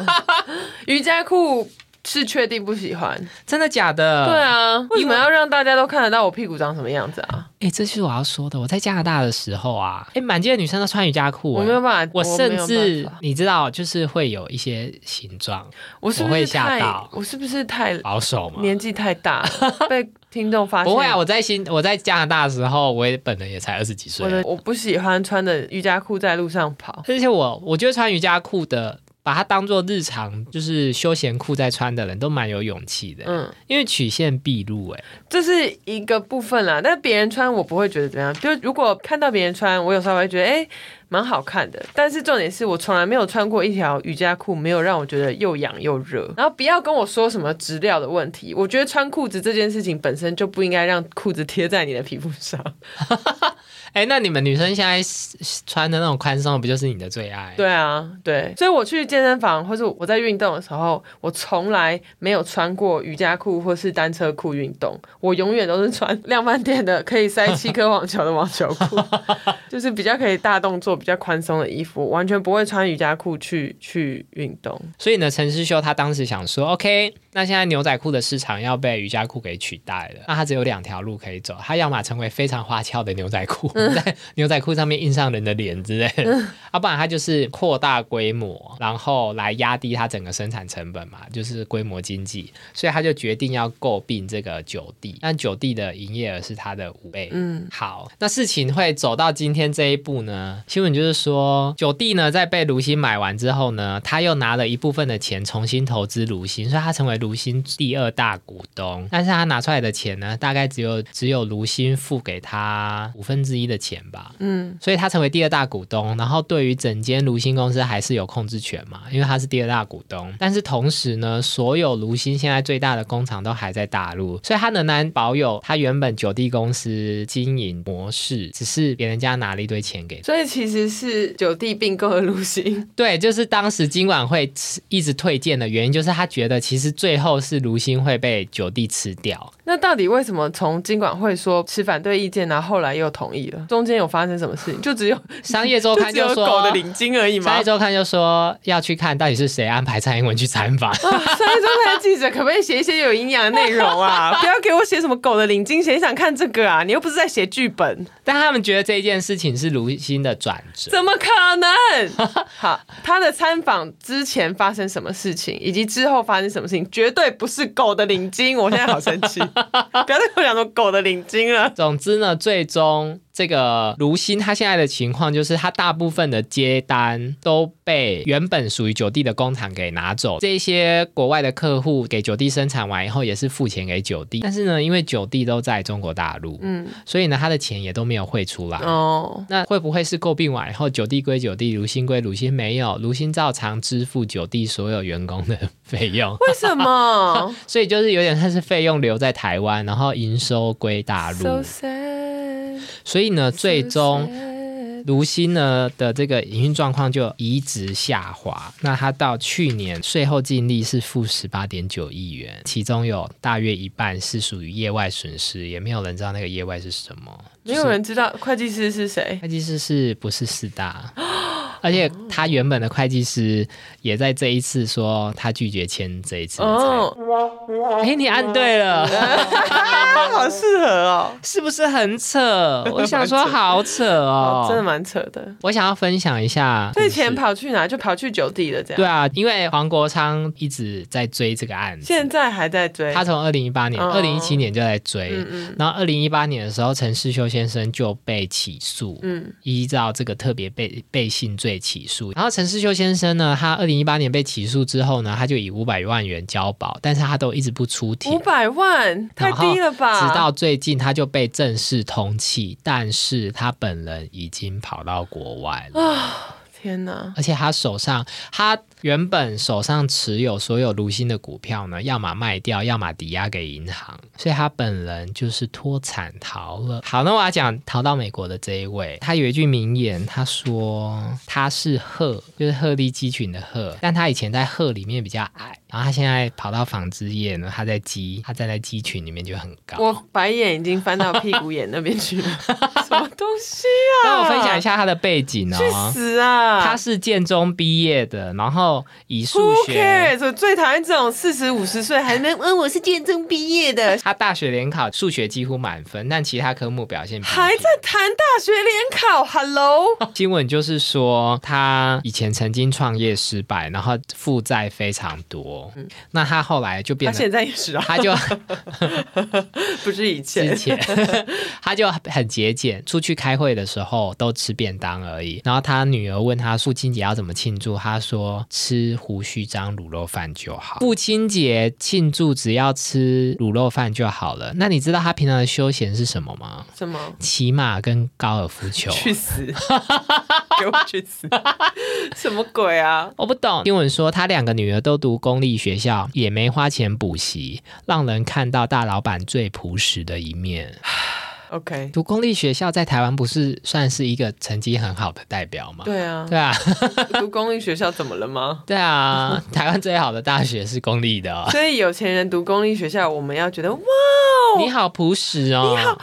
S1: 瑜伽裤是确定不喜欢。
S2: 真的假的？
S1: 对啊，为什么要让大家都看得到我屁股长什么样子啊？
S2: 哎、这就是我要说的。我在加拿大的时候啊，哎、满街的女生都穿瑜伽裤、
S1: 我
S2: 诶
S1: 没有办法，
S2: 我
S1: 没
S2: 甚
S1: 有
S2: 至
S1: 办法
S2: 你知道，就是会有一些形状
S1: 我是
S2: 我
S1: 不
S2: 会
S1: 是
S2: 吓
S1: 太
S2: 到
S1: 我是不是太
S2: 保守嘛。
S1: 年纪太大 了被听众发现？
S2: 不会啊，我在新我在加拿大的时候，我也本人也才二十几岁
S1: 我，的我不喜欢穿着瑜伽裤在路上跑。
S2: 而且我我觉得穿瑜伽裤的把它当做日常就是休闲裤在穿的人都蛮有勇气的，
S1: 嗯，
S2: 因为曲线毕露、欸，
S1: 这是一个部分啦。但别人穿我不会觉得怎么样，就如果看到别人穿，我有时候还会觉得哎，诶蛮好看的。但是重点是我从来没有穿过一条瑜伽裤，没有让我觉得又痒又热。然后不要跟我说什么质料的问题，我觉得穿裤子这件事情本身就不应该让裤子贴在你的皮肤上。
S2: 哎、那你们女生现在穿的那种宽松，不就是你的最爱？
S1: 对啊，对，所以我去健身房或者我在运动的时候，我从来没有穿过瑜伽裤或是单车裤运动，我永远都是穿 量贩店的可以塞七颗网球的网球 裤，就是比较可以大动作、比较宽松的衣服，完全不会穿瑜伽裤去去运动。
S2: 所以呢，陈世秀他当时想说，OK，那现在牛仔裤的市场要被瑜伽裤给取代了，那他只有两条路可以走，他要么成为非常花俏的牛仔裤， 在牛仔裤上面印上人的脸之类的， 要、不然他就是扩大规模，然后来压低他整个生产成本嘛，就是规模经济，所以他就决定要诟病这个九地，但九地的营业额是他的五倍，
S1: 嗯，
S2: 好，那事情会走到今天这一步呢？新闻就是说，九弟呢在被卢鑫买完之后呢，他又拿了一部分的钱重新投资卢鑫，所以他成为卢鑫第二大股东。但是他拿出来的钱呢，大概只有只有卢鑫付给他五分之一的钱吧。
S1: 嗯，
S2: 所以他成为第二大股东，然后对于整间卢鑫公司还是有控制权嘛，因为他是第二大股东。但是同时呢，所有卢鑫现在最大的工厂都还在大陆，所以他仍然保有他原本九地公司经营模式，只是别人家拿了一堆钱给他。
S1: 所以其实是九地并购的路线。
S2: 对，就是当时金管会一直推荐的原因，就是他觉得其实最后是卢鑫会被九地吃掉。
S1: 那到底为什么从金管会说持反对意见，然后后来又同意了？中间有发生什么事情？就只有
S2: 商 业周刊
S1: 只有
S2: 就说，
S1: 狗的领巾而已吗？
S2: 商业周刊就说要去看到底是谁安排蔡英文去参访。
S1: 所以说，台的记者可不可以写一些有营养的内容 啊？不要给我写什么狗的领巾，谁想看这个啊？你又不是在写剧本，
S2: 但他们觉得这件事情是卢鑫的转折。
S1: 怎么可能？ 好，他的参访之前发生什么事情，以及之后发生什么事情，绝对不是狗的领巾。我现在好生 气，不要再跟我讲说狗的领巾了。
S2: 总之呢，最终这个卢鑫他现在的情况就是，他大部分的接单都被原本属于九地的工厂给拿走，这些国外的客户给九地生产完以后也是付钱给九地，但是呢，因为九地都在中国大陆，
S1: 嗯，
S2: 所以呢，他的钱也都没有汇出来。
S1: 哦，
S2: 那会不会是诟病完以后，九地归九地，卢鑫归卢鑫？没有，卢鑫照常支付九地所有员工的费用。
S1: 为什 么
S2: 所以就是有点像是费用留在台湾，然后营收归大陆。
S1: ？So sad。
S2: 所以呢，最终
S1: sad
S2: 卢鑫呢的这个营运状况就一直下滑。那它到去年税后净利是负十八点九亿元，其中有大约一半是属于业外损失，也没有人知道那个业外是什么。
S1: 没有人知道会计师是谁。
S2: 会计师是不是四大？而且他原本的会计师也在这一次说他拒绝签这一次的裁。
S1: 哦，
S2: 哎、你按对了。
S1: 啊，好适合哦，
S2: 是不是很扯？ 我想说好扯哦，
S1: 真的蛮扯的。
S2: 我想要分享一下，
S1: 所以钱
S2: 就是
S1: 跑去哪？就跑去九地了，这样。
S2: 对啊，因为黄国昌一直在追这个案子，
S1: 现在还在追。
S2: 他从哎二零一八年、
S1: 哦
S2: 二零一七年就在追。
S1: 嗯嗯
S2: 然后，二零一八年的时候，陈世修先生就被起诉，
S1: 嗯，
S2: 依照这个特别被被性罪起诉。然后，陈世修先生呢，他二零一八年被起诉之后呢，他就以五百万元交保，但是他都一直不出庭
S1: 五。百万太低了吧？
S2: 直到最近，他就被正式通缉，但是他本人已经跑到国外了，
S1: 天哪！
S2: 而且他手上，他原本手上持有所有卢鑫的股票呢，要么卖掉，要么抵押给银行，所以他本人就是脱产逃了。好，那我要讲逃到美国的这一位，他有一句名言，他说他是鹤，就是鹤立鸡群的鹤，但他以前在鹤里面比较矮，然后他现在跑到纺织业呢，他在鸡，他站在鸡群里面就很高。
S1: 我白眼已经翻到屁股眼那边去 了，什么东西啊？
S2: 那我分享一下他的背景
S1: 去
S2: 哦。
S1: 死啊！
S2: 他是建中毕业的，然后以数
S1: Who
S2: 学，
S1: cares？我最讨厌这种四十五十岁还能嗯，我是建中毕业 的，
S2: 他大学联考数学几乎满分，但其他科目表现平平
S1: 还在谈大学联考。Hello，
S2: 新闻就是说，他以前曾经创业失败，然后负债非常多。那他后来就
S1: 他
S2: 变
S1: 嗯
S2: 得，
S1: 现在也是啊，
S2: 他就
S1: 不是以前。
S2: 之前他就很节俭，出去去开会的时候都吃便当而已。然后他女儿问他父亲节要怎么庆祝，他说吃胡须章卤肉饭就好。父亲节庆祝只要吃卤肉饭就好了。那你知道他平常的休闲是什么吗？
S1: 什么？
S2: 骑马跟高尔夫球。
S1: 去 死！给我去死！ 什么鬼啊？
S2: 我不懂。新闻说他两个女儿都读公立学校，也没花钱补习，让人看到大老板最朴实的一面。
S1: OK，
S2: 读公立学校在台湾不是算是一个成绩很好的代表吗？
S1: 对啊，
S2: 对啊，
S1: 读公立学校怎么了 吗？
S2: 对啊，台湾最好的大学是公立的哦、
S1: 所以有钱人读公立学校，我们要觉得哇哦，
S2: 你好朴实哦，你好，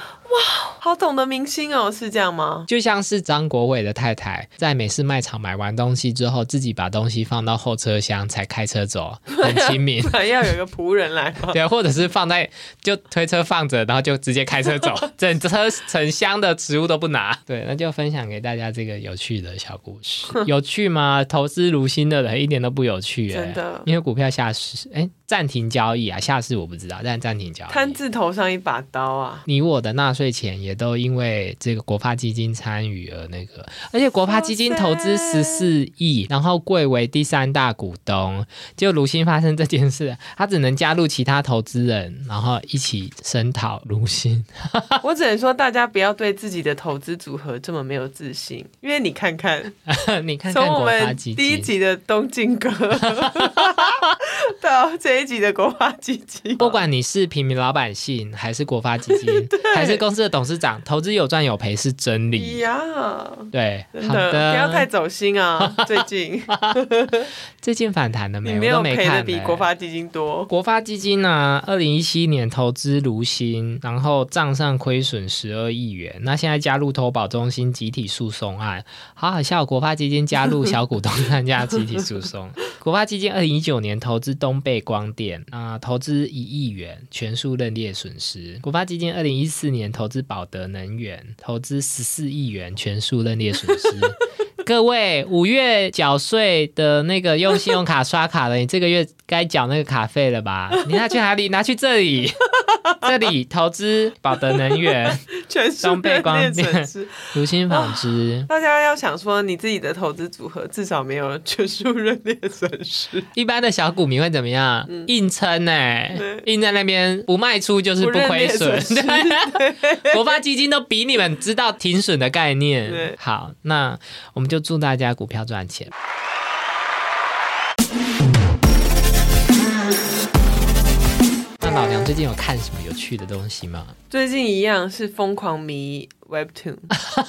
S1: 好懂得明星哦，是这样 吗？
S2: 就像是张国伟的太太在美式卖场买完东西之后，自己把东西放到后车厢才开 车走，很亲民。
S1: 不然要有一个仆人来吗？
S2: 对，或者是放在就推车放着，然后就直接开 车走，整车整箱的食物都不拿。对，那就分享给大家这个有趣的小故 事，有趣吗？投资如新的人一点都不有趣、欸，
S1: 真的
S2: 因为股票下市，哎、暂停交易啊，下市我不知道，但暂停交
S1: 摊
S2: 易。
S1: 字头上一把刀啊！
S2: 你我的纳税钱也都因为这个国发基金参与而那个，而且国发基金投资
S1: 哇
S2: 十
S1: 塞
S2: 四亿，然后贵为第三大股东，就卢鑫发生这件事， 他只能加入其他投资人，然后一起声讨卢鑫。
S1: 我只能说，大家不要对自己的投资组合这么没有自信，因为你看看，
S2: 你 看看
S1: 从我
S2: 国发
S1: 们
S2: 基
S1: 第一
S2: 金。
S1: 集的东京 哥到这一集的国华基金，
S2: 不管你是平民老百姓，还是国发基 金，还是公司的董事长，投资有赚有赔是真理。
S1: 呀，
S2: 对，
S1: 真
S2: 好
S1: 的
S2: 的，
S1: 不要太走心 啊！最近
S2: 最近反弹了没？
S1: 你没
S2: 我
S1: 有
S2: 都没
S1: 赔
S2: 看欸
S1: 的比
S2: 嘞
S1: 国发基金多，
S2: 国发基金呢、啊，二零一七年投资卢鑫，然后账上亏损十二亿元。那现在加入投保中心集体诉讼案，好好笑！国发基金加入小股东参加集体诉讼。国发基金二零一九年投资东贝光电啊、投资一亿元，全数认列损失。国发基金二零一四年投资保德能源，投资十四亿元，全数认列损失。 各位，五月缴税的那个用信用卡刷卡的，你这个月该缴那个卡费了吧？你拿去哪里？拿去这里，这里投资保德能源、
S1: 全数
S2: 东北
S1: 被
S2: 光
S1: 列
S2: 电
S1: 损失。
S2: 如新纺织。
S1: 大家要想说，你自己的投资组合至少没有全数认列损失，
S2: 一般的小股民会怎么样？硬撑呢、
S1: 嗯对
S2: 硬在那边不卖出就是不
S1: 认
S2: 亏
S1: 列
S2: 损啊
S1: 损。失。
S2: 国发基金都比你们知道停损的概念
S1: 对。
S2: 好，那我们就祝大家股票赚钱。那老娘最近有看什么有趣的东西吗？
S1: 最近一样是疯狂迷 Webtoon，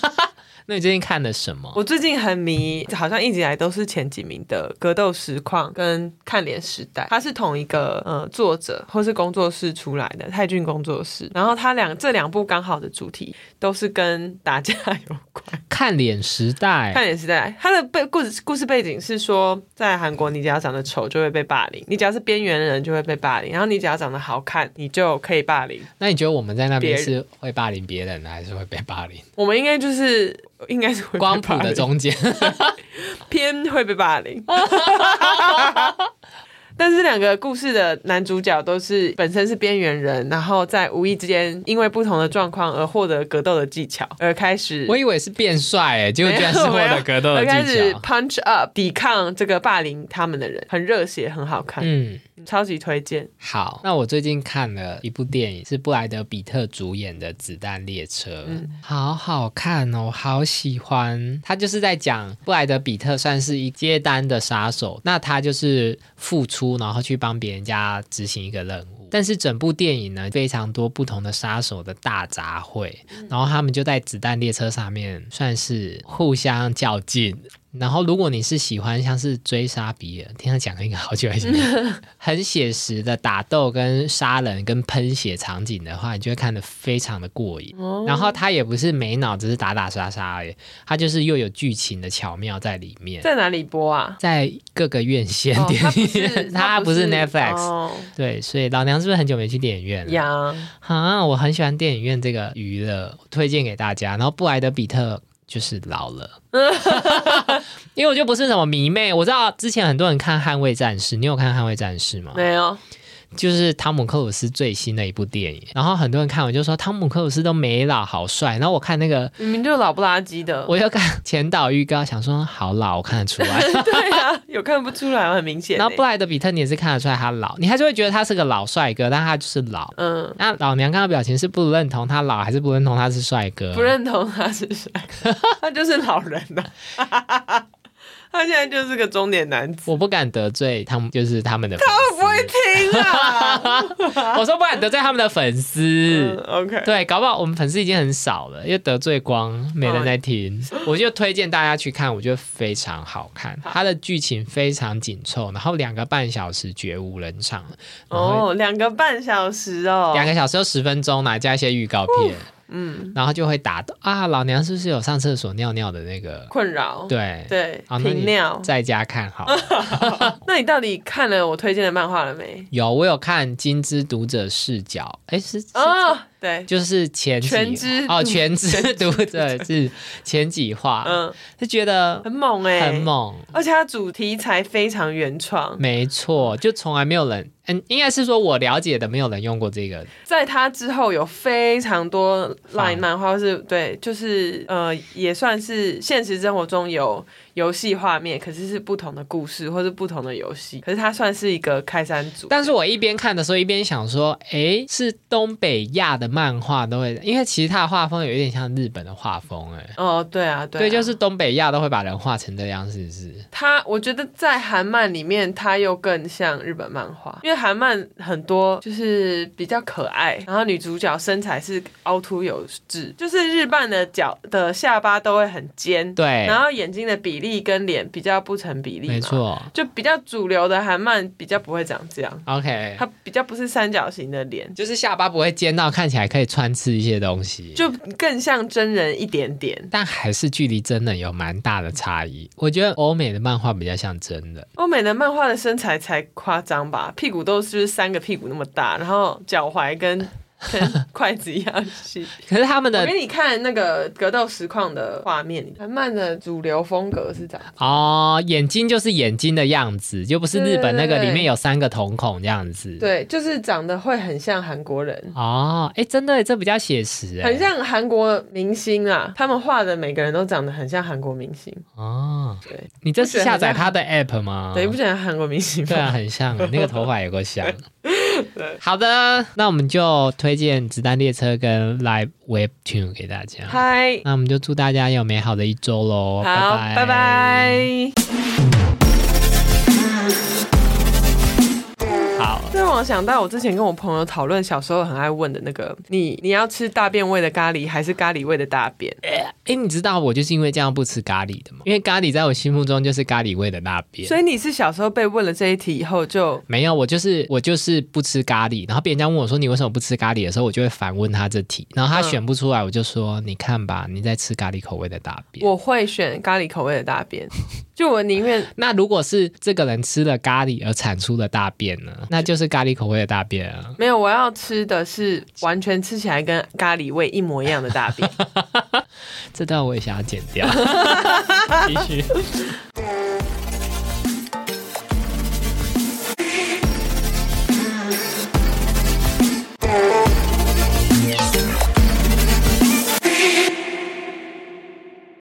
S2: 那你最近看了什么？
S1: 我最近很迷，好像一直以来都是前几名的《格斗实况》跟《看脸时代》，它是同一个呃作者或是工作室出来的泰俊工作室，然后它两这两部刚好的主题都是跟打架有关。
S2: 看脸时代
S1: 看脸时代，它的背故事故事背景是说，在韩国你只要长得丑就会被霸凌，你只要是边缘人就会被霸凌，然后你只要长得好看，你就可以霸凌。
S2: 那你觉得我们在那边
S1: 别
S2: 是会霸凌别人呢，还是会被霸凌？
S1: 我们应该就是应该是会被
S2: 光谱
S1: 霸
S2: 的
S1: 凌
S2: 中间，
S1: 偏会被霸凌。 但是两个故事的男主角都是本身是边缘人，然后在无意之间因为不同的状况而获得格斗的技巧，而开始
S2: 我以为是变帅哎，结果
S1: 没有
S2: 居然是获
S1: 没
S2: 得
S1: 有
S2: 格斗的
S1: 而开
S2: 技
S1: 始
S2: 巧。
S1: punch up 抵抗这个霸凌他们的人，很热血，很好看，
S2: 嗯，
S1: 超级推荐。
S2: 好，那我最近看了一部电影，是布莱德比特主演的《子弹列车》，
S1: 嗯
S2: 好好看哦，好喜欢。他就是在讲布莱德比特算是一接单的杀手，那他就是付出，然后去帮别人家执行一个任务。但是整部电影呢，非常多不同的杀手的大杂烩，
S1: 嗯
S2: 然后他们就在子弹列车上面算是互相较劲。然后，如果你是喜欢像是追杀比尔，听他讲一个好久以前的 很写实的打斗跟杀人跟喷血场景的话，你就会看得非常的过瘾。
S1: 哦
S2: 然后它也不是没脑，只是打打杀杀而已，它就是又有剧情的巧妙在里面。
S1: 在哪里播 啊？
S2: 在各个院线
S1: 哦
S2: 电
S1: 它不
S2: 影
S1: 是
S2: 院， 它不是 Netflix，、
S1: 哦
S2: 对，所以老娘是不是很久没去电影院了？
S1: 呀，
S2: 啊，我很喜欢电影院这个娱乐，推荐给大家。然后布莱德比特就是老了， 因为我就不是什么迷妹。我知道之前很多人看《捍卫战士》，你有看《捍卫战士》吗？
S1: 没有，
S2: 就是汤姆克鲁斯最新的一部电影。然后很多人看我就说汤姆克鲁斯都没老，好帅。然后我看那个，
S1: 明明就老不拉几的。
S2: 我又看前导预告，想说好老，我看得出来。
S1: 对啊，有看不出来吗，很明显欸。
S2: 然后布莱德比特你也是看得出来他老，你还是会觉得他是个老帅哥，但他就是老。
S1: 嗯，
S2: 那老娘看到表情是不认同他老，还是不认同他是帅哥？
S1: 不认同他是 谁，
S2: 嗯
S1: 他就是老人呐、 他现在就是个中年男子。
S2: 我不敢得罪他们，就是他们的粉
S1: 他不会听 啊。
S2: 丝。我说不敢得罪他们的粉
S1: 嗯
S2: 丝。
S1: ，OK，
S2: 对，搞不好我们粉丝已经很少了，因为得罪光没人在听。我就推荐大家去看，我觉得非常好看，它的剧情非常紧凑，然后两个半小时绝无冷场，然后
S1: 哦，两个半小时哦，
S2: 两个小时又十分钟来加一些预告片，
S1: 嗯，
S2: 然后就会打到啊，老娘是不是有上厕所尿尿的那个？
S1: 困扰，
S2: 对，
S1: 哦对哦
S2: 好，那你
S1: 频尿。
S2: 在家看好了。
S1: 那你到底看了我推荐的漫画了没？
S2: 有，我有看《金枝读者视角》，哎，是
S1: 哦，对，
S2: 就是前几
S1: 全知读
S2: 哦，全知读者是前几话，
S1: 嗯，
S2: 就觉得
S1: 很猛哎、
S2: 很，猛，
S1: 而且它主题材非常原创，
S2: 没错，就从来没有人，嗯，应该是说我了解的没有人用过这个，
S1: 在它之后有非常多
S2: Fun
S1: line 漫画，或是对，就是呃，也算是现实生活中有游戏画面，可是是不同的故事或是不同的游戏，可是它算是一个开山组。
S2: 但是我一边看的时候一边想说，哎，是东北亚的漫画都会，因为其实它的画风有一点像日本的画风，哎。
S1: 哦，对啊，对啊
S2: 对，就是东北亚都会把人画成这样，是不是？
S1: 它，我觉得在韩漫里面，它又更像日本漫画，因为韩漫很多就是比较可爱，然后女主角身材是凹凸有致，就是日漫的脚的下巴都会很尖，
S2: 对，
S1: 然后眼睛的比例跟脸比较不成比例，
S2: 没，错。
S1: 就比较主流的韩漫比较不会长这样，
S2: OK，
S1: 它比较不是三角形的脸，
S2: 就是下巴不会尖到看起来可以穿刺一些东西，
S1: 就更像真人一点点。
S2: 但还是距离真人有蛮大的差异。我觉得欧美的漫画比较像真人，
S1: 欧美的漫画的身材才夸张吧，屁股都是三个屁股那么大，然后脚踝跟 跟筷子一样 细。
S2: 可是他
S1: 我
S2: 们的
S1: 给你看那个格斗实况的画面，韩漫的主流风格是这样，
S2: 哦，眼睛就是眼睛的样子，就不是日本那
S1: 对
S2: 个
S1: 对对
S2: 里面有三个瞳孔这样子。，
S1: 对，就是长得会很像韩国人。
S2: 哦，哎，真的耶，这比较写实，哎
S1: 很像韩国明星啊，他们画的每个人都长得很像韩国明星。
S2: 哦。
S1: 对，
S2: 你这是下载
S1: 不觉得很像
S2: 他的 app 吗？
S1: 对，不喜欢韩国明星
S2: 啊对
S1: 吗？
S2: 啊，很像啊，那个头发有 够像。好的，那我们就推荐《子弹列车》跟《Live Webtoon》给大家。
S1: 嗨、
S2: 那我们就祝大家有美好的一周喽，
S1: 好，拜拜。
S2: 好，
S1: 这让我想到我之前跟我朋友讨论小时候很爱问的那个，你你要吃大便味的咖喱还是咖喱味的大便？
S2: 哎，你知道我就是因为这样不吃咖喱的吗？因为咖喱在我心目中就是咖喱味的那边。
S1: 所以你是小时候被问了这一题以后就
S2: 没有，我就是我就是不吃咖喱，然后别人家问我说你为什么不吃咖喱的时候，我就会反问他这题，然后
S1: 嗯
S2: 他选不出来，我就说你看吧，你在吃咖喱口味的大便。
S1: 我会选咖喱口味的大便，就我宁愿
S2: 那如果是这个人吃了咖喱而产出的大便呢？那就是咖喱口味的大便啊。
S1: 没有我要吃的是完全吃起来跟咖喱味一模一样的大便。
S2: 这段我也想要剪掉，必须。